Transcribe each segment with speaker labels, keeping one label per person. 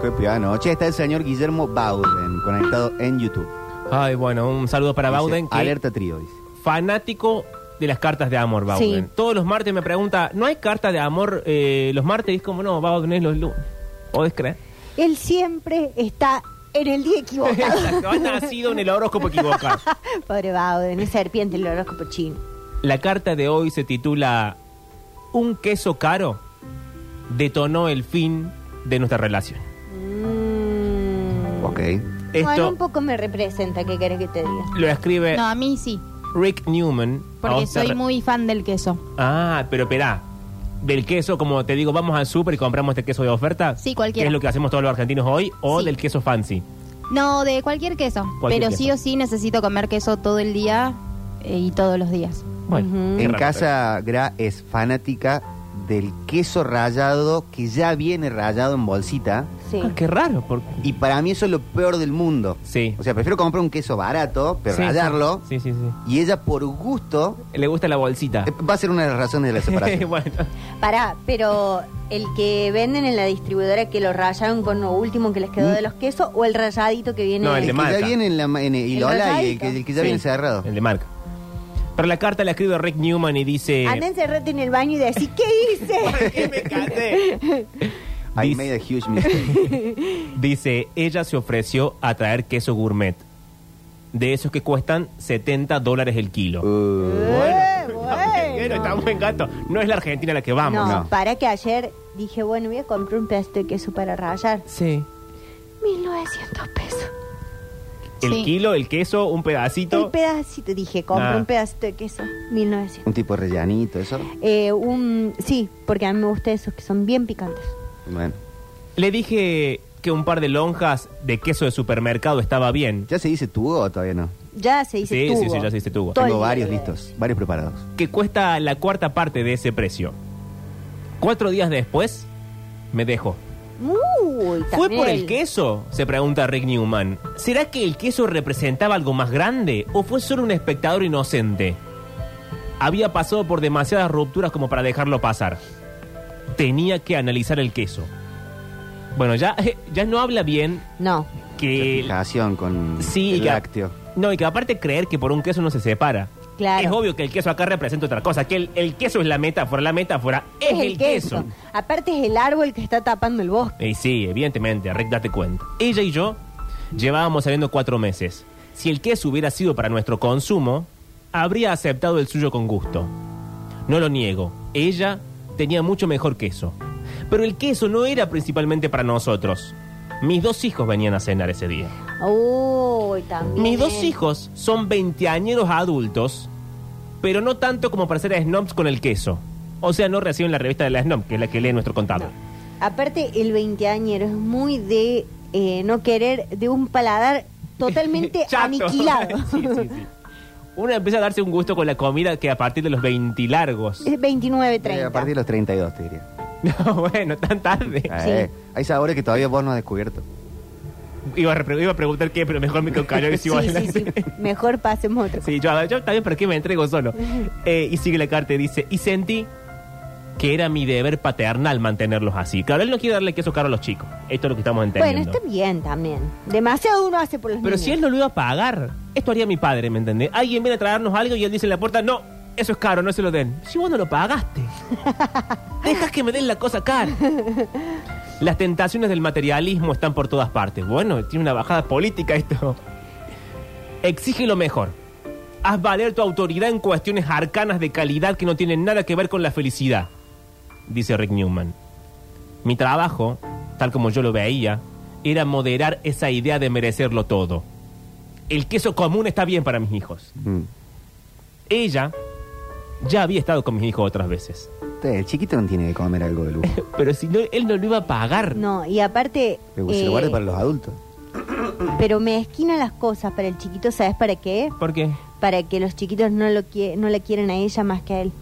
Speaker 1: Qué privada noche. Está el señor Guillermo Bauden, conectado en YouTube.
Speaker 2: Ay, bueno, un saludo para
Speaker 1: Dice,
Speaker 2: Bauden, que
Speaker 1: Alerta trío, dice.
Speaker 2: fanático de las cartas de amor, Bauden.
Speaker 3: Sí.
Speaker 2: Todos los martes me pregunta, ¿no hay carta de amor eh, los martes? Y es como, no, Bauden es los lunes. ¿O es creer?
Speaker 3: Él siempre está en el día equivocado.
Speaker 2: Exacto, ha nacido en el horóscopo equivocado.
Speaker 3: Pobre Bauden, es serpiente el horóscopo chino.
Speaker 2: La carta de hoy se titula Un queso caro detonó el fin de nuestra relación.
Speaker 3: Mm.
Speaker 2: Mm.
Speaker 1: Ok.
Speaker 3: Bueno,
Speaker 2: Esto
Speaker 3: un poco me representa, ¿qué querés que te diga?
Speaker 2: lo escribe
Speaker 4: No, a mí sí,
Speaker 2: Rick Newman. Eh, A
Speaker 4: porque
Speaker 2: vos te
Speaker 4: soy
Speaker 2: re-
Speaker 4: muy fan del queso.
Speaker 2: Ah, pero esperá. Del queso, como te digo, vamos al súper y compramos este queso de oferta.
Speaker 4: Sí, cualquiera.
Speaker 2: Que es lo que hacemos todos los argentinos hoy. O
Speaker 4: Sí.
Speaker 2: del queso fancy.
Speaker 4: No, de cualquier queso,
Speaker 2: Cualquier
Speaker 4: pero
Speaker 2: queso.
Speaker 4: sí o sí necesito comer queso todo el día eh, y todos los días.
Speaker 2: Bueno.
Speaker 3: Ujú.
Speaker 2: qué
Speaker 1: En
Speaker 2: raro,
Speaker 1: casa, Gra es fanática del queso rallado que ya viene rallado en bolsita.
Speaker 3: Sí.
Speaker 2: pero- Ah, qué raro. Porque...
Speaker 1: Y para mí eso es lo peor del mundo.
Speaker 2: Sí.
Speaker 1: O sea, prefiero comprar un queso barato, pero
Speaker 2: Sí,
Speaker 1: rallarlo.
Speaker 2: Sí, Ah. sí, sí.
Speaker 1: Y ella, por gusto,
Speaker 2: Le gusta la bolsita.
Speaker 1: eh, va a ser una de las razones de la separación.
Speaker 2: bueno.
Speaker 3: Pará, pero el que venden en la distribuidora que lo rayaron con lo último que les quedó de los quesos o el rayadito que viene
Speaker 2: Mm. No,
Speaker 1: El
Speaker 2: el de
Speaker 1: que
Speaker 2: marca.
Speaker 1: ya viene en la ma- en el- y
Speaker 3: El
Speaker 1: lo ala y el
Speaker 3: ralladito.
Speaker 1: que, el que ya
Speaker 2: Sí.
Speaker 1: viene cerrado.
Speaker 2: El de marca. Pero la carta la escribe Rick Newman y dice...
Speaker 3: Andá encerrate en el baño y decís, ¿qué hice?
Speaker 2: ¿Qué me casé?
Speaker 1: I
Speaker 2: Dice-
Speaker 1: made a huge mistake.
Speaker 2: Dice, ella se ofreció a traer queso gourmet. De esos que cuestan 70 dólares el kilo.
Speaker 1: Uh,
Speaker 3: Eh,
Speaker 2: Pero estamos en gato. No es la Argentina la que vamos.
Speaker 3: no,
Speaker 1: no.
Speaker 3: para que ayer dije, bueno, voy a comprar un pedazo de queso para rayar.
Speaker 2: Sí.
Speaker 3: 1900 pesos.
Speaker 2: El
Speaker 4: Sí.
Speaker 2: kilo, el queso, un pedacito.
Speaker 3: El pedacito, dije, compro
Speaker 2: Nah.
Speaker 3: un pedacito de queso. 1900.
Speaker 1: un tipo rellanito, eso.
Speaker 3: Eh, un, sí, porque a mí me gustan esos que son bien picantes.
Speaker 1: Bueno.
Speaker 2: Le dije que un par de lonjas de queso de supermercado estaba bien.
Speaker 1: ¿Ya se dice tubo o todavía no?
Speaker 3: Ya se dice
Speaker 2: Sí, sí,
Speaker 3: tubo.
Speaker 2: sí, ya se dice tubo.
Speaker 3: Todo el
Speaker 1: Tengo
Speaker 3: día
Speaker 1: varios
Speaker 3: voy a
Speaker 1: listos,
Speaker 3: decir.
Speaker 1: varios preparados.
Speaker 2: Que cuesta la cuarta parte de ese precio. Cuatro días después, me dejó.
Speaker 3: Uy,
Speaker 2: ¿Fue por
Speaker 3: también.
Speaker 2: el queso? Se pregunta Rick Newman. ¿Será que el queso representaba algo más grande o fue solo un espectador inocente? Había pasado por demasiadas rupturas como para dejarlo pasar. Tenía que analizar el queso. Bueno, ya, eh, ya no habla bien
Speaker 3: No.
Speaker 2: que...
Speaker 1: La fijación con
Speaker 2: Sí, y
Speaker 1: el
Speaker 2: que,
Speaker 1: lácteo.
Speaker 2: No, y que aparte creer que por un queso no se separa.
Speaker 3: Claro.
Speaker 2: Es obvio que el queso acá representa otra cosa, que el, el queso es la metáfora, la metáfora es, el queso.
Speaker 3: Aparte es el árbol que está tapando el bosque.
Speaker 2: Y sí, evidentemente, Rick, date cuenta. Ella y yo llevábamos saliendo cuatro meses. Si el queso hubiera sido para nuestro consumo, habría aceptado el suyo con gusto. No lo niego, ella tenía mucho mejor queso. Pero el queso no era principalmente para nosotros. Mis dos hijos venían a cenar ese día.
Speaker 3: Uy, también.
Speaker 2: Mis dos hijos son veinteañeros adultos, pero no tanto como para ser snobs con el queso. O sea, no reciben la revista de la snob, que es la que lee nuestro contador.
Speaker 3: Aparte, el veinteañero es muy de eh, no querer de un paladar totalmente
Speaker 2: Chato.
Speaker 3: aniquilado.
Speaker 2: Sí, sí, sí. Uno empieza a darse un gusto con la comida que a partir de los 20 largos.
Speaker 3: Es 29,
Speaker 1: Eh,
Speaker 3: 30.
Speaker 1: A partir de los 32, te diría.
Speaker 2: No, bueno, tan tarde.
Speaker 1: Eh, Hay sabores que todavía vos no has descubierto.
Speaker 2: Iba a, repre- iba a preguntar qué, pero mejor me concayó que si
Speaker 3: sí, sí, sí. Mejor pasemos otro.
Speaker 2: Sí, yo, yo también, ¿para qué me entrego solo? Eh, y sigue la carta y dice, y sentí que era mi deber paternal mantenerlos así. Claro, él no quiere darle queso caro a los chicos. Esto es lo que estamos
Speaker 3: Bueno,
Speaker 2: entendiendo.
Speaker 3: está bien también. Demasiado uno hace por los
Speaker 2: Pero
Speaker 3: niños.
Speaker 2: si él no lo iba a pagar, esto haría mi padre, ¿me entendés? Alguien viene a traernos algo y él dice en la puerta, no, eso es caro, no se lo den. Si vos no lo pagaste, dejas que me den la cosa cara. Las tentaciones del materialismo están por todas partes. Bueno, tiene una bajada política esto. Exige lo mejor. Haz valer tu autoridad en cuestiones arcanas de calidad que no tienen nada que ver con la felicidad, dice Rick Newman. Mi trabajo, tal como yo lo veía, era moderar esa idea de merecerlo todo. El queso común está bien para mis hijos.
Speaker 1: Mm.
Speaker 2: Ella ya había estado con mis hijos otras veces.
Speaker 1: Te- El chiquito no tiene que comer algo de lujo.
Speaker 2: Pero si no, él no lo iba a pagar.
Speaker 3: No, y aparte.
Speaker 1: Pero se
Speaker 3: eh,
Speaker 1: lo guarda para los adultos.
Speaker 3: Pero me esquina las cosas para el chiquito, ¿sabes para qué?
Speaker 2: ¿Por qué?
Speaker 3: Para que los chiquitos no, lo qui- no la quieran a ella más que a él.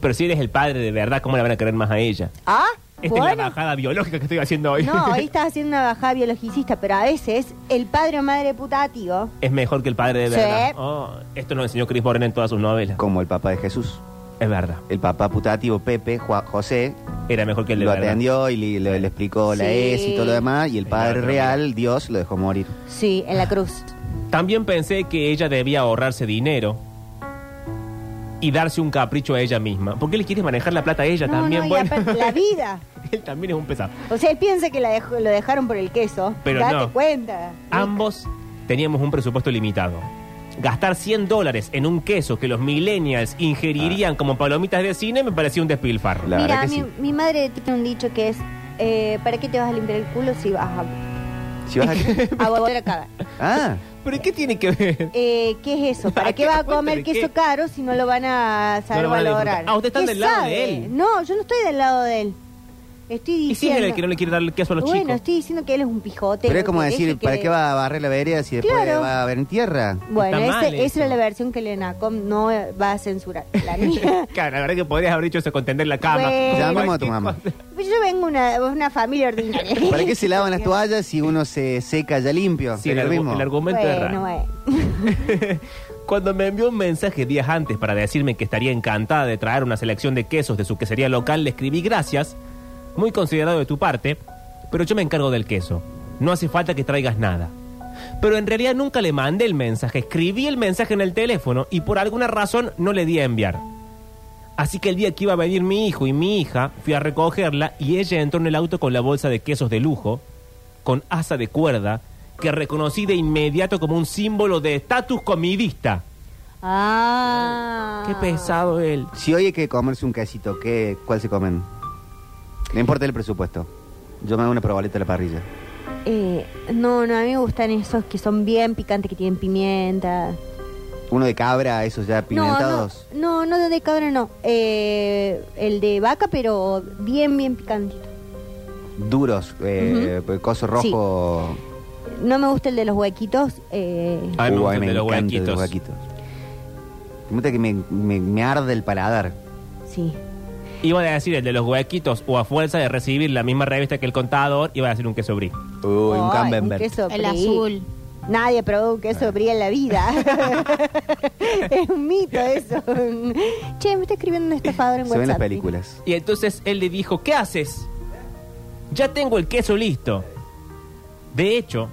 Speaker 2: Pero si eres el padre de verdad, ¿cómo la van a querer más a ella?
Speaker 3: Ah,
Speaker 2: Esta es la
Speaker 3: bueno.
Speaker 2: bajada biológica que estoy haciendo hoy.
Speaker 3: No, ahí estás haciendo una bajada biologicista, pero a veces el padre o madre putativo.
Speaker 2: es mejor que el padre de
Speaker 3: Sí.
Speaker 2: verdad. Oh, esto nos enseñó Chris Born en todas sus novelas.
Speaker 1: Como el papá de Jesús.
Speaker 2: Es verdad.
Speaker 1: El papá putativo Pepe, Juan José,
Speaker 2: Era mejor que el de
Speaker 1: lo
Speaker 2: verdad.
Speaker 1: atendió y le, le- le explicó la
Speaker 3: Sí.
Speaker 1: ES y todo lo demás. Y el
Speaker 2: Ahí
Speaker 1: padre
Speaker 2: está, pero
Speaker 1: real, Dios, lo dejó morir.
Speaker 3: Sí, en la
Speaker 2: Ah,
Speaker 3: cruz.
Speaker 2: También pensé que ella debía ahorrarse dinero y darse un capricho a ella misma. ¿Por qué le quieres manejar la plata a ella
Speaker 3: no,
Speaker 2: también?
Speaker 3: no, y
Speaker 2: bueno,
Speaker 3: aparte, la vida.
Speaker 2: él también es un pesado.
Speaker 3: O sea, él piensa que la dejó- lo dejaron por el queso.
Speaker 2: Pero
Speaker 3: Date
Speaker 2: no. Ah,
Speaker 3: cuenta.
Speaker 2: Ambos teníamos un presupuesto limitado. Gastar 100 dólares en un queso que los millennials ingerirían como palomitas de cine me parecía un despilfarro.
Speaker 1: Ah. La
Speaker 3: Mira,
Speaker 1: verdad que
Speaker 3: mi,
Speaker 1: sí.
Speaker 3: mi madre tiene un dicho que es: eh, ¿para qué te vas a limpiar el culo si vas a,
Speaker 1: Si vas a-
Speaker 3: a volver a cagar?
Speaker 1: Ah,
Speaker 2: ¿Pero qué tiene que ver?
Speaker 3: Eh, ¿Qué es eso? ¿Para
Speaker 2: ¿A
Speaker 3: qué
Speaker 2: qué
Speaker 3: va a
Speaker 2: cuenta
Speaker 3: comer
Speaker 2: de
Speaker 3: queso
Speaker 2: qué?
Speaker 3: caro si no lo van a saber
Speaker 2: No lo van a disfrutar.
Speaker 3: valorar?
Speaker 2: Ah, usted está
Speaker 3: ¿Qué
Speaker 2: del lado de
Speaker 3: sabe?
Speaker 2: él.
Speaker 3: No, yo no estoy del lado de él. Estoy
Speaker 2: ¿Y si es
Speaker 3: diciendo.
Speaker 2: él el que no le quiere dar el queso a los
Speaker 3: bueno,
Speaker 2: chicos?
Speaker 3: estoy diciendo que él es un pijote.
Speaker 1: pero es como decir, ¿para qué va a barrer la vereda si después
Speaker 3: Claro.
Speaker 1: va a ver en tierra?
Speaker 3: Bueno,
Speaker 2: Está mal
Speaker 3: ese-
Speaker 2: eso.
Speaker 3: esa era la versión que Elena Com no eh, va a censurar. La mía.
Speaker 2: Claro, la verdad que podrías haber dicho eso con tender la cama.
Speaker 3: Bueno.
Speaker 1: Llamemos a tu mamá.
Speaker 3: Pues Yo vengo de una, una familia ordinaria.
Speaker 1: ¿Para qué se lavan las toallas si uno se seca ya limpio?
Speaker 2: Sí,
Speaker 1: Es
Speaker 2: el,
Speaker 1: lo
Speaker 2: argu-
Speaker 1: mismo.
Speaker 2: el argumento es
Speaker 3: Bueno,
Speaker 2: raro.
Speaker 3: bueno.
Speaker 2: Cuando me envió un mensaje días antes para decirme que estaría encantada de traer una selección de quesos de su quesería local, le escribí gracias, muy considerado de tu parte, pero yo me encargo del queso. No hace falta que traigas nada. Pero en realidad nunca le mandé el mensaje, escribí el mensaje en el teléfono y por alguna razón no le di a enviar. Así que el día que iba a venir mi hijo y mi hija, fui a recogerla y ella entró en el auto con la bolsa de quesos de lujo, con asa de cuerda, que reconocí de inmediato como un símbolo de estatus comidista.
Speaker 3: Ah.
Speaker 2: Qué pesado él.
Speaker 1: Si hoy hay que comerse un quesito, ¿qué, ¿cuál se comen? No importa el presupuesto. Yo me hago una probaleta a la parrilla.
Speaker 3: Eh, no, no, a mí me gustan esos que son bien picantes, que tienen pimienta.
Speaker 1: Uno de cabra, esos ya pimentados.
Speaker 3: No, no, no, de cabra no. Eh, el de vaca, pero bien, bien picantito.
Speaker 1: Duros, eh, coso rojo.
Speaker 3: No me gusta el de los huequitos. eh,
Speaker 2: A mí me
Speaker 1: Uh,
Speaker 2: gusta el
Speaker 1: encanta
Speaker 2: Ah, de los
Speaker 1: el de
Speaker 2: huequitos.
Speaker 1: los huequitos. Me gusta que me, me- me arde el paladar.
Speaker 3: sí.
Speaker 2: Iba a decir el de los huequitos o a fuerza de recibir la misma revista que el contador, iba a decir un queso brie.
Speaker 1: Uy, un
Speaker 3: Ay,
Speaker 1: camembert.
Speaker 3: queso
Speaker 4: El
Speaker 3: brie.
Speaker 4: azul.
Speaker 3: Nadie probó un queso brie en la vida. es un mito eso. che, me está escribiendo un estafador en
Speaker 1: Se ven las
Speaker 3: WhatsApp.
Speaker 1: películas.
Speaker 2: Y entonces él le dijo, ¿qué haces? Ya tengo el queso listo. De hecho,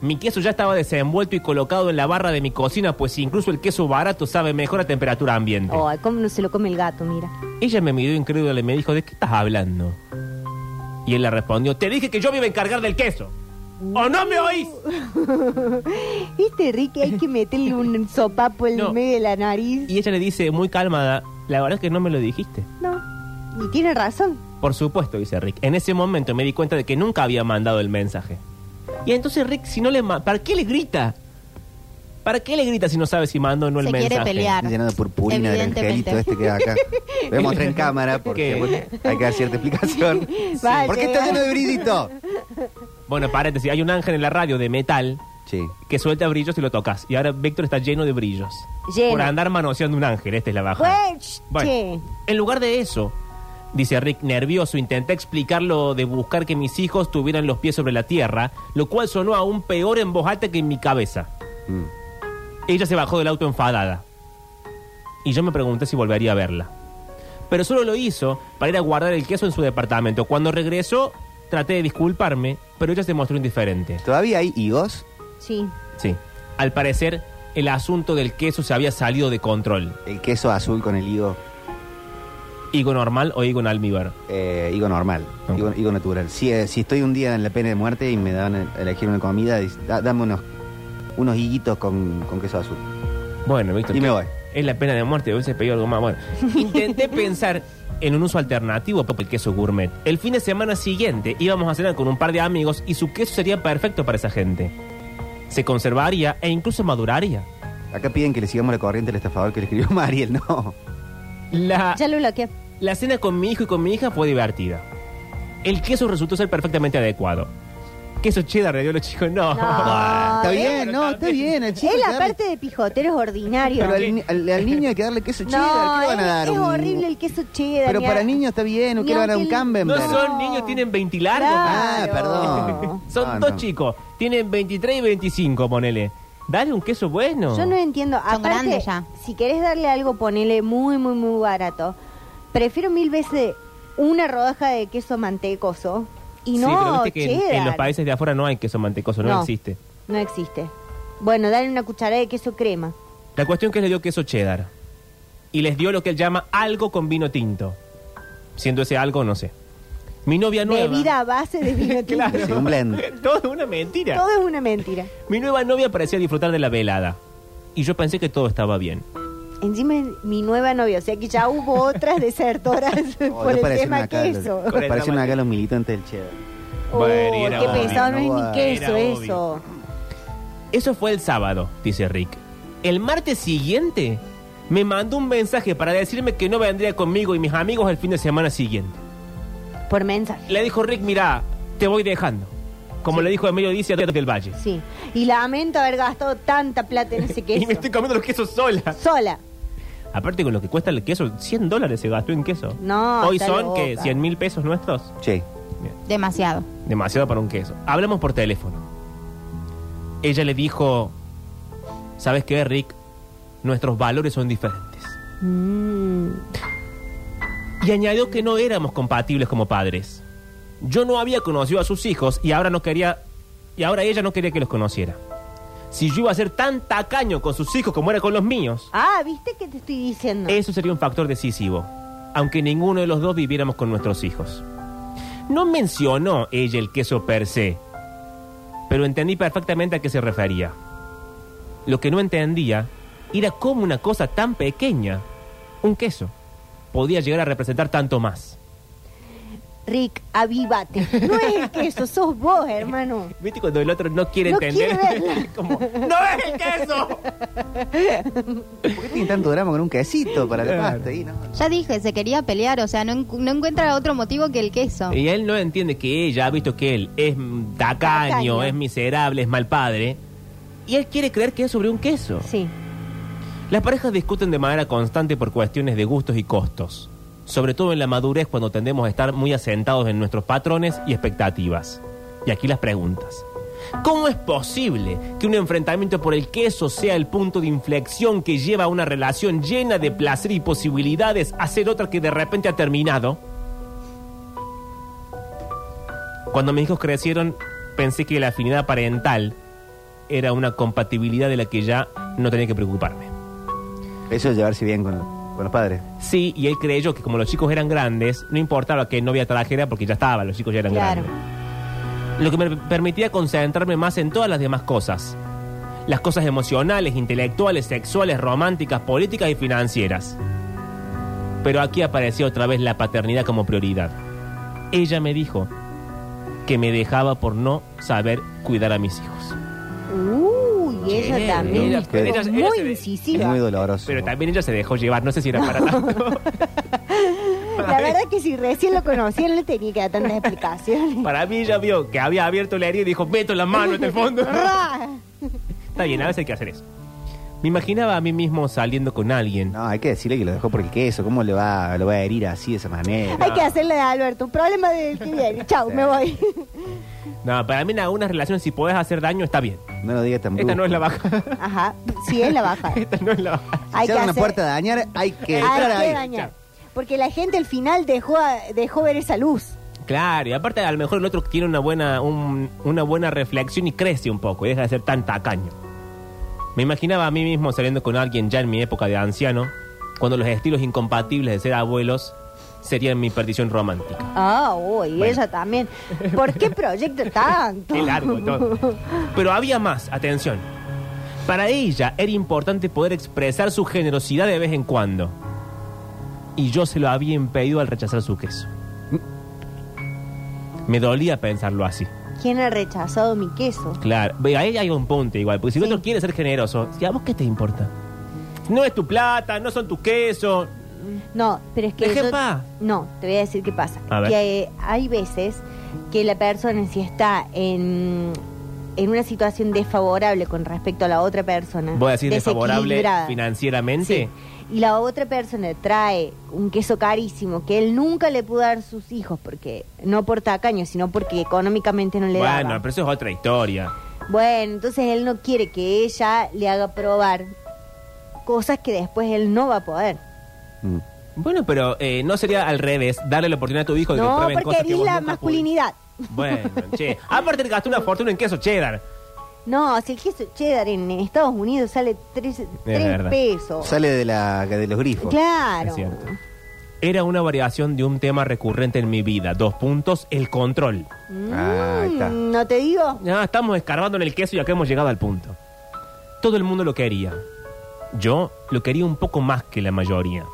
Speaker 2: mi queso ya estaba desenvuelto y colocado en la barra de mi cocina, pues incluso el queso barato sabe mejor a temperatura ambiente.
Speaker 3: Ay, cómo no se lo come el gato, mira.
Speaker 2: Ella me miró incrédula y me dijo, ¿de qué estás hablando? Y él le respondió, te dije que yo me iba a encargar del queso. ¿O no me oís?
Speaker 3: ¿Viste, Este Ricky? Hay que meterle un sopapo en
Speaker 2: No.
Speaker 3: medio de la nariz.
Speaker 2: Y ella le dice, muy calmada, la verdad es que no me lo dijiste.
Speaker 3: No. Y tiene razón.
Speaker 2: Por supuesto, dice Rick. En ese momento me di cuenta de que nunca había mandado el mensaje. Y entonces Rick, si no le ma- ¿para qué le grita? ¿Para qué le grita si no sabe si mandó o no el
Speaker 4: Se quiere
Speaker 2: mensaje?
Speaker 4: pelear.
Speaker 1: Lleno de purpurina del angelito
Speaker 4: Evidentemente.
Speaker 1: este que va acá. Lo voy a mostrar en cámara porque
Speaker 2: ¿Qué?
Speaker 1: bueno, hay que dar cierta explicación.
Speaker 3: Vaya,
Speaker 1: ¿Por qué está lleno de brillito?
Speaker 2: Bueno, paréntesis, hay un ángel en la radio de metal
Speaker 1: Sí.
Speaker 2: que suelta brillos y lo tocas. Y ahora Víctor está lleno de brillos.
Speaker 3: Lleno.
Speaker 2: Por andar manoseando un ángel, esta es la baja.
Speaker 3: Bueno, ch- che.
Speaker 2: en lugar de eso, dice Rick nervioso, intenté explicar lo de buscar que mis hijos tuvieran los pies sobre la tierra, lo cual sonó aún peor en voz alta que en mi cabeza.
Speaker 1: Mm.
Speaker 2: Ella se bajó del auto enfadada. Y yo me pregunté si volvería a verla. Pero solo lo hizo para ir a guardar el queso en su departamento. Cuando regresó, traté de disculparme, pero ella se mostró indiferente.
Speaker 1: ¿Todavía hay higos?
Speaker 3: Sí.
Speaker 2: Sí. Al parecer, el asunto del queso se había salido de control.
Speaker 1: El queso azul con el higo,
Speaker 2: Higo normal o higo en almíbar.
Speaker 1: eh, higo normal,
Speaker 2: Ok.
Speaker 1: higo, higo natural. Si, eh, si estoy un día en la pena de muerte y me dan a elegir una comida, dice, "Da- dame unos, unos higuitos con, con queso azul.
Speaker 2: Bueno, Víctor.
Speaker 1: Y me
Speaker 2: ¿qué?
Speaker 1: voy.
Speaker 2: Es la pena de muerte, hubiese pedido algo más. Bueno, intenté pensar en un uso alternativo para el queso gourmet. El fin de semana siguiente íbamos a cenar con un par de amigos y su queso sería perfecto para esa gente. Se conservaría e incluso maduraría.
Speaker 1: Acá piden que le sigamos la corriente al estafador que le escribió Mariel, no.
Speaker 2: La,
Speaker 3: Ya lo bloqueé.
Speaker 2: la cena con mi hijo y con mi hija fue divertida. El queso resultó ser perfectamente adecuado. Queso cheddar, le dio a los chicos, no.
Speaker 3: No.
Speaker 1: Está
Speaker 3: ¿eh?
Speaker 1: bien, no, está bien. El chico
Speaker 3: Es
Speaker 1: hay
Speaker 3: la
Speaker 1: que darle-
Speaker 3: parte de pijoteros ordinario.
Speaker 1: Pero al, ni- al- al niño hay que darle queso cheddar. ¿Qué
Speaker 3: no,
Speaker 1: le van a
Speaker 3: es-
Speaker 1: dar?
Speaker 3: es,
Speaker 1: Un-
Speaker 3: horrible el queso cheddar.
Speaker 1: Pero
Speaker 3: ni
Speaker 1: para
Speaker 3: a-
Speaker 1: niños está bien,
Speaker 3: ni
Speaker 1: ¿qué le van a dar un
Speaker 3: aunque el-
Speaker 1: Camembert?
Speaker 2: No son
Speaker 3: No.
Speaker 2: niños, tienen 20 largos.
Speaker 1: Ah,
Speaker 3: Claro.
Speaker 1: perdón.
Speaker 2: Son
Speaker 1: Ah,
Speaker 2: dos
Speaker 1: no.
Speaker 2: chicos, tienen 23 y 25, ponele. Dale un queso bueno.
Speaker 3: Yo no entiendo. Aparte,
Speaker 4: grandes ya.
Speaker 3: Si querés darle algo, ponele muy, muy, muy barato. Prefiero mil veces una rodaja de queso mantecoso y
Speaker 2: sí, pero
Speaker 3: no
Speaker 2: viste que en-
Speaker 3: cheddar.
Speaker 2: en, los países de afuera no hay queso mantecoso, no,
Speaker 3: No.
Speaker 2: existe.
Speaker 3: No existe. Bueno, dale una cucharada de queso crema.
Speaker 2: La cuestión es que le dio queso cheddar. Y les dio lo que él llama algo con vino tinto. Siendo ese algo, no sé. Mi novia nueva.
Speaker 3: Bebida a base de vino tinto.
Speaker 1: Sí, un blend. Oh,
Speaker 2: Todo es una mentira.
Speaker 3: Todo es una mentira.
Speaker 2: Mi nueva novia parecía disfrutar de la velada. Y yo pensé que todo estaba bien.
Speaker 3: Encima es mi nueva novia, o sea que ya hubo otras desertoras
Speaker 1: Oh,
Speaker 3: por
Speaker 1: los
Speaker 3: el
Speaker 1: parecen
Speaker 3: tema
Speaker 1: acá los-
Speaker 3: queso.
Speaker 1: los parecen acá los militantes del cheddar.
Speaker 3: Oh,
Speaker 2: Bueno, y era
Speaker 3: qué
Speaker 2: obvio.
Speaker 3: pesado, no es
Speaker 1: Era
Speaker 3: ni queso
Speaker 2: obvio.
Speaker 3: eso.
Speaker 2: Eso fue el sábado, dice Rick. El martes siguiente me mandó un mensaje para decirme que no vendría conmigo y mis amigos el fin de semana siguiente.
Speaker 3: Por mensaje.
Speaker 2: Le dijo Rick, mira, te voy dejando. Como le dijo Emilio Dice del Valle.
Speaker 3: Sí. Y lamento haber gastado tanta plata en ese
Speaker 2: Y
Speaker 3: queso.
Speaker 2: me estoy comiendo los quesos sola.
Speaker 3: Sola.
Speaker 2: Aparte con lo que cuesta el queso, 100 dólares se gastó en queso.
Speaker 3: No,
Speaker 2: Hoy
Speaker 3: está
Speaker 2: son
Speaker 3: loca.
Speaker 2: que 100 mil pesos nuestros.
Speaker 1: Che, este-
Speaker 4: Demasiado.
Speaker 2: Demasiado para un queso. Hablamos por teléfono. Ella le dijo, ¿sabes qué, Rick? Nuestros valores son diferentes.
Speaker 3: Mm,
Speaker 2: Y añadió que no éramos compatibles como padres. Yo no había conocido a sus hijos y ahora no quería y ahora ella no quería que los conociera. Si yo iba a ser tan tacaño con sus hijos como era con los míos,
Speaker 3: Ah, ¿viste que te estoy diciendo?
Speaker 2: eso sería un factor decisivo, aunque ninguno de los dos viviéramos con nuestros hijos. No mencionó ella el queso per se, pero entendí perfectamente a qué se refería. Lo que no entendía era cómo una cosa tan pequeña, un queso, podía llegar a representar tanto más.
Speaker 3: Rick, avívate. No es el queso, sos vos, hermano.
Speaker 2: ¿Viste cuando el otro no quiere
Speaker 3: No
Speaker 2: entender?
Speaker 3: quiere verla.
Speaker 2: Como, ¡No es el queso!
Speaker 1: ¿por qué tiene tanto drama con un quesito para la
Speaker 2: Claro.
Speaker 1: pasta ahí, no?
Speaker 4: Ya dije, se quería pelear, o sea, no, encu- no encuentra otro motivo que el queso.
Speaker 2: Y él no entiende que ella ha visto que él es mm, tacaño,
Speaker 3: Tacaño.
Speaker 2: es miserable, es mal padre. Y él quiere creer que es sobre un queso.
Speaker 3: Sí.
Speaker 2: Las parejas discuten de manera constante por cuestiones de gustos y costos. Sobre todo en la madurez cuando tendemos a estar muy asentados en nuestros patrones y expectativas. Y aquí las preguntas. ¿Cómo es posible que un enfrentamiento por el queso sea el punto de inflexión que lleva a una relación llena de placer y posibilidades a ser otra que de repente ha terminado? Cuando mis hijos crecieron, pensé que la afinidad parental era una compatibilidad de la que ya no tenía que preocuparme.
Speaker 1: Eso es llevarse bien con, con los padres.
Speaker 2: Sí, y él creyó que como los chicos eran grandes, no importaba que novia trajera porque ya estaba, los chicos ya eran
Speaker 3: Claro.
Speaker 2: grandes. Lo que me permitía concentrarme más en todas las demás cosas. Las cosas emocionales, intelectuales, sexuales, románticas, políticas y financieras. Pero aquí apareció otra vez la paternidad como prioridad. Ella me dijo que me dejaba por no saber cuidar a mis hijos.
Speaker 3: Uy, y ella
Speaker 2: Che,
Speaker 3: también
Speaker 1: mira,
Speaker 3: estuvo
Speaker 1: pero
Speaker 2: ella- ella
Speaker 3: muy
Speaker 2: se ve-
Speaker 1: Es
Speaker 3: incisiva.
Speaker 1: muy doloroso.
Speaker 2: Pero también ella se dejó llevar, no sé si era para tanto.
Speaker 3: La verdad que si recién lo conocía no le tenía que dar tantas explicaciones.
Speaker 2: Para mí ella vio que había abierto la herida y dijo, meto la mano en el fondo.
Speaker 3: Ra.
Speaker 2: Está bien, a veces hay que hacer eso. Me imaginaba a mí mismo saliendo con alguien.
Speaker 1: No, hay que decirle que lo dejó por el queso. ¿Cómo le va, lo va a herir así de esa manera?
Speaker 3: Hay que hacerle de Alberto. Un problema del que viene. Chau, me voy.
Speaker 2: No, para mí en algunas relaciones si podés hacer daño está bien.
Speaker 1: No lo digas tan
Speaker 2: Esta no es la
Speaker 1: brusco.
Speaker 2: baja.
Speaker 3: Ajá, sí es la baja.
Speaker 2: Esta no es la baja.
Speaker 1: si
Speaker 3: Hay que
Speaker 1: abre una
Speaker 3: hacer-
Speaker 1: puerta a dañar, hay que entrar
Speaker 3: Hay que
Speaker 1: ahí.
Speaker 3: dañar. Porque la gente al final dejó, a- dejó ver esa luz.
Speaker 2: Claro, y aparte a lo mejor el otro tiene una buena, un- una buena reflexión y crece un poco y deja de ser tan tacaño. Me imaginaba a mí mismo saliendo con alguien ya en mi época de anciano, cuando los estilos incompatibles de ser abuelos serían mi perdición romántica.
Speaker 3: Ah, uy,
Speaker 2: Bueno.
Speaker 3: ella también. ¿Por qué proyecta tanto?
Speaker 2: Qué largo todo. Pero había más, atención. Para ella era importante poder expresar su generosidad de vez en cuando. Y yo se lo había impedido al rechazar su queso. Me dolía pensarlo así.
Speaker 3: ¿Quién ha rechazado mi queso?
Speaker 2: Claro, ve, ahí hay un punto igual, porque si el
Speaker 3: Sí.
Speaker 2: otro quiere ser generoso, ¿y a vos qué te importa? No es tu plata, no son tus quesos.
Speaker 3: No, pero es que.
Speaker 2: Deje
Speaker 3: yo-
Speaker 2: en paz.
Speaker 3: No, te voy a decir qué pasa.
Speaker 2: A ver.
Speaker 3: Que eh, hay veces que la persona, si está en, en una situación desfavorable con respecto a la otra persona,
Speaker 2: Voy a decir desfavorable
Speaker 3: desequilibrada,
Speaker 2: financieramente.
Speaker 3: y la otra persona trae un queso carísimo que él nunca le pudo dar a sus hijos, porque no por tacaño, sino porque económicamente no le
Speaker 2: Bueno,
Speaker 3: daba.
Speaker 2: pero eso es otra historia.
Speaker 3: Bueno, entonces él no quiere que ella le haga probar cosas que después él no va a poder.
Speaker 1: Mm.
Speaker 2: Bueno, pero eh, no sería al revés, darle la oportunidad a tu hijo de que
Speaker 3: No,
Speaker 2: prueben
Speaker 3: porque
Speaker 2: cosas que
Speaker 3: es
Speaker 2: vos
Speaker 3: la
Speaker 2: nunca
Speaker 3: masculinidad.
Speaker 2: pudiste? Bueno, che. Aparte, gastó una fortuna en queso cheddar.
Speaker 3: No, si el queso cheddar en Estados Unidos sale 3
Speaker 2: verdad.
Speaker 3: pesos.
Speaker 1: Sale de, la, de los grifos.
Speaker 3: claro. Mm,
Speaker 2: Es cierto. Era una variación de un tema recurrente en mi vida. Dos puntos, el control.
Speaker 3: Mm,
Speaker 1: Ah, ahí está.
Speaker 3: No te digo.
Speaker 2: Ya estamos escarbando en el queso y acá hemos llegado al punto. Todo el mundo lo quería. Yo lo quería un poco más que la mayoría.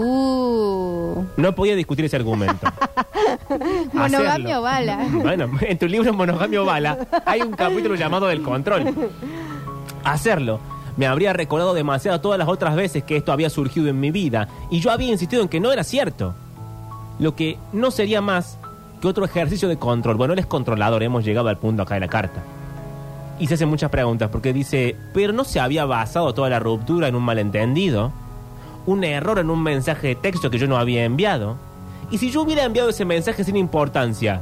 Speaker 4: Uh,
Speaker 2: No podía discutir ese argumento.
Speaker 4: monogamia
Speaker 2: Hacerlo.
Speaker 4: o bala.
Speaker 2: Bueno, en tu libro Monogamio Bala hay un capítulo llamado Del Control. Hacerlo. Me habría recordado demasiado todas las otras veces que esto había surgido en mi vida y yo había insistido en que no era cierto. Lo que no sería más que otro ejercicio de control. Bueno, eres controlador, hemos llegado al punto acá de la carta. Y se hacen muchas preguntas porque dice, pero no se había basado toda la ruptura en un malentendido, un error en un mensaje de texto que yo no había enviado. Y si yo hubiera enviado ese mensaje sin importancia,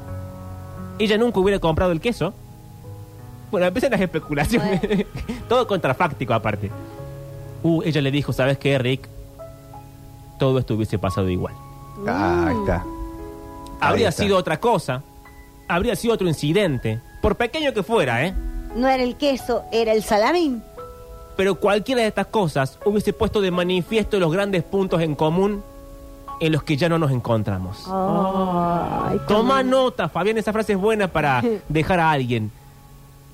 Speaker 2: ella nunca hubiera comprado el queso. Bueno, empiezan las especulaciones. Todo contrafáctico aparte. Uh, ella le dijo, ¿sabes qué, Rick? Todo esto hubiese pasado igual.
Speaker 3: Mm.
Speaker 1: Ah, ahí está.
Speaker 2: Habría
Speaker 1: está.
Speaker 2: sido otra cosa. Habría sido otro incidente. Por pequeño que fuera, ¿eh?
Speaker 3: No era el queso, era el salamín.
Speaker 2: Pero cualquiera de estas cosas hubiese puesto de manifiesto los grandes puntos en común en los que ya no nos encontramos.
Speaker 3: Oh,
Speaker 2: Ah.
Speaker 3: Ay,
Speaker 2: Toma
Speaker 3: cómo-
Speaker 2: nota, Fabián, esa frase es buena para dejar a alguien.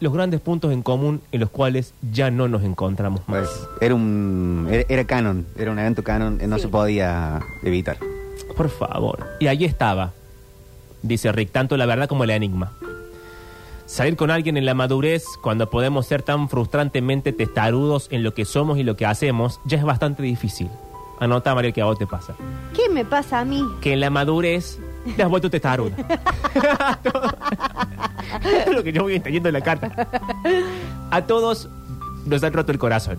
Speaker 2: Los grandes puntos en común en los cuales ya no nos encontramos más.
Speaker 1: Pues, era un era, era canon, era un evento canon, eh, no se podía evitar.
Speaker 2: Por favor. Y allí estaba, dice Rick, tanto la verdad como el enigma. Salir con alguien en la madurez, cuando podemos ser tan frustrantemente testarudos en lo que somos y lo que hacemos, ya es bastante difícil. Anota, Mario, que a vos te pasa.
Speaker 3: ¿Qué me pasa a mí?
Speaker 2: que en la madurez te has vuelto testaruda. Esto es lo que yo voy entendiendo en la carta. A todos nos han roto el corazón.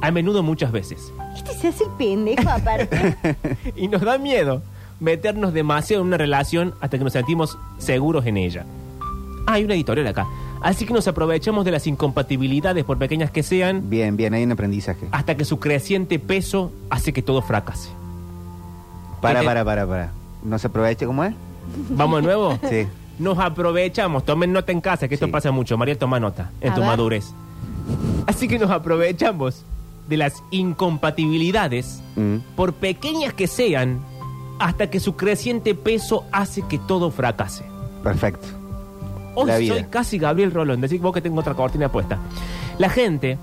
Speaker 2: A menudo muchas veces.
Speaker 3: Este se hace el pendejo aparte.
Speaker 2: Y nos da miedo meternos demasiado en una relación hasta que nos sentimos seguros en ella. Ah, hay una editorial acá. Así que nos aprovechamos de las incompatibilidades, por pequeñas que sean,
Speaker 1: Bien, bien, hay un aprendizaje.
Speaker 2: hasta que su creciente peso hace que todo fracase.
Speaker 1: Para,
Speaker 2: ¿qué te-
Speaker 1: para, para, para. ¿No se aproveche como es?
Speaker 2: ¿Vamos de nuevo?
Speaker 1: Sí.
Speaker 2: Nos aprovechamos, tomen nota en casa, que esto
Speaker 1: Sí.
Speaker 2: pasa mucho. María, toma nota en
Speaker 4: A
Speaker 2: tu
Speaker 4: ver.
Speaker 2: madurez. Así que nos aprovechamos de las incompatibilidades,
Speaker 1: Mm.
Speaker 2: por pequeñas que sean, hasta que su creciente peso hace que todo fracase.
Speaker 1: Perfecto.
Speaker 2: Hoy
Speaker 1: La vida.
Speaker 2: soy casi Gabriel Rolón, decir vos que tengo otra cortina puesta. La gente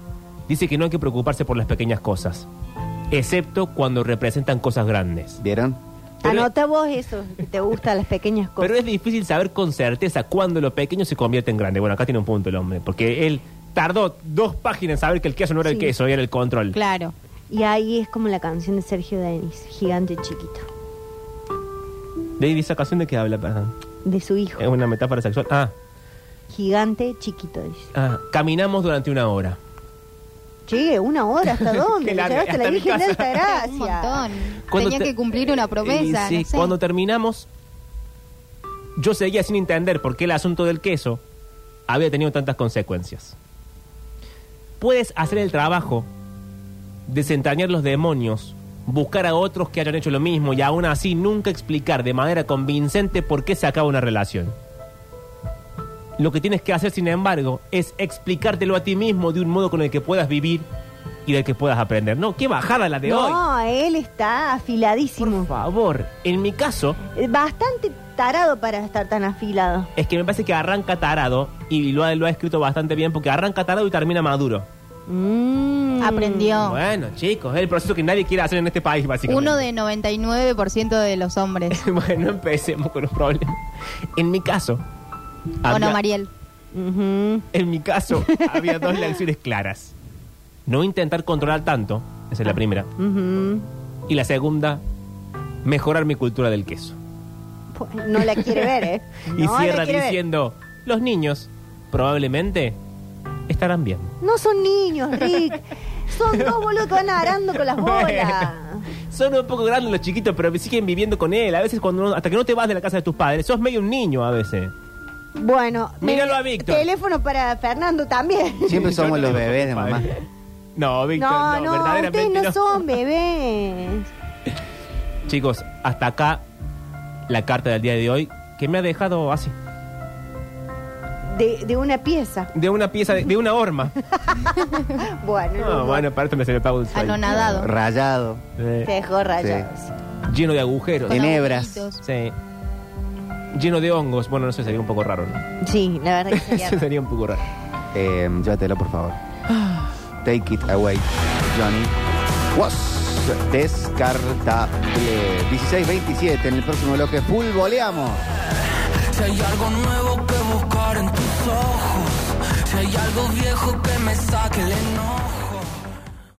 Speaker 2: dice que no hay que preocuparse por las pequeñas cosas, excepto cuando representan cosas grandes.
Speaker 1: ¿Vieron?
Speaker 2: Pero-
Speaker 3: Anota vos eso, que te gustan las pequeñas cosas.
Speaker 2: Pero es difícil saber con certeza cuándo lo pequeño se convierte en grande. Bueno, acá tiene un punto el hombre, porque él tardó dos páginas en saber que el queso no era el
Speaker 4: Sí.
Speaker 2: queso, era el control.
Speaker 4: Claro.
Speaker 3: Y ahí es como la canción de Sergio Denis, gigante chiquito,
Speaker 2: David, ¿esa canción de qué habla? Perdón.
Speaker 3: de su hijo.
Speaker 2: Es una metáfora sexual. Ah,
Speaker 3: Gigante chiquito, dice.
Speaker 2: ah, caminamos durante una hora.
Speaker 3: Che, una hora, ¿hasta dónde?
Speaker 2: Qué
Speaker 3: Lo
Speaker 2: larga,
Speaker 3: llevaste a
Speaker 2: hasta
Speaker 3: la
Speaker 2: mi
Speaker 3: Virgen de
Speaker 2: casa.
Speaker 4: Un
Speaker 3: Altagracia.
Speaker 4: montón.
Speaker 2: Cuando
Speaker 4: Tenía
Speaker 2: te-
Speaker 4: que cumplir una promesa.
Speaker 2: Y sí,
Speaker 4: no sé.
Speaker 2: cuando terminamos, yo seguía sin entender por qué el asunto del queso había tenido tantas consecuencias. Puedes hacer el trabajo, desentrañar los demonios, buscar a otros que hayan hecho lo mismo y aún así nunca explicar de manera convincente por qué se acaba una relación. Lo que tienes que hacer, sin embargo, es explicártelo a ti mismo de un modo con el que puedas vivir y del que puedas aprender. No, qué bajada la de hoy.
Speaker 3: No, él está afiladísimo.
Speaker 2: Por favor, en mi caso,
Speaker 3: Eh, Bastante tarado para estar tan afilado.
Speaker 2: es que me parece que arranca tarado y lo ha, lo ha escrito bastante bien porque arranca tarado y termina maduro.
Speaker 3: Mm.
Speaker 4: Aprendió.
Speaker 2: Bueno, chicos, es el proceso que nadie quiere hacer en este país, básicamente.
Speaker 4: Uno de 99% de los hombres.
Speaker 2: bueno, empecemos con los problemas. En mi caso.
Speaker 4: ¿O
Speaker 2: había-
Speaker 4: no, Mariel?
Speaker 3: Ujú.
Speaker 2: En mi caso, había dos lecciones claras. No intentar controlar tanto, esa es la primera.
Speaker 3: Ujú.
Speaker 2: Y la segunda, mejorar mi cultura del queso.
Speaker 3: Pues, No la quiere ver, ¿eh?
Speaker 2: Y
Speaker 3: No la
Speaker 2: cierra
Speaker 3: quiere ver.
Speaker 2: diciendo, los niños probablemente estarán bien.
Speaker 3: No son niños, Rick. Son dos boludos que van arando con las bolas.
Speaker 2: Son un poco grandes los chiquitos, pero siguen viviendo con él. A veces cuando no- hasta que no te vas de la casa de tus padres, sos medio un niño a veces.
Speaker 3: Bueno, me-
Speaker 2: Míralo a Víctor.
Speaker 3: Teléfono para Fernando también.
Speaker 1: Siempre
Speaker 2: Yo
Speaker 1: somos
Speaker 2: no
Speaker 1: los
Speaker 2: lo
Speaker 1: bebés de
Speaker 2: compadre.
Speaker 1: mamá.
Speaker 2: No, Víctor,
Speaker 3: No,
Speaker 2: no,
Speaker 3: no, ustedes
Speaker 2: verdaderamente
Speaker 3: no
Speaker 2: no.
Speaker 3: son bebés.
Speaker 2: Chicos, hasta acá la carta del día de hoy que me ha dejado así.
Speaker 3: De, de una pieza.
Speaker 2: De una pieza, de, de una horma.
Speaker 3: Bueno,
Speaker 2: No, Ah, bueno, para esto me se me pago el sueño.
Speaker 4: Anonadado.
Speaker 1: Rayado.
Speaker 2: Eh,
Speaker 3: te dejó rayado.
Speaker 1: Sí.
Speaker 3: sí.
Speaker 2: lleno de agujeros.
Speaker 4: Con
Speaker 1: En hebras.
Speaker 4: agujeritos.
Speaker 2: Sí. Lleno de hongos. Bueno, no sé, sería un poco raro. ¿no?
Speaker 3: Sí, la verdad que sería
Speaker 2: Eso
Speaker 3: raro.
Speaker 2: sería un poco raro.
Speaker 1: Eh, llévatelo, por favor. Take it away, Johnny. Was descartable. 16-27 en el próximo bloque. Full voleamos.
Speaker 5: Si hay algo nuevo que buscar en tus ojos, si hay algo viejo que me saque el enojo.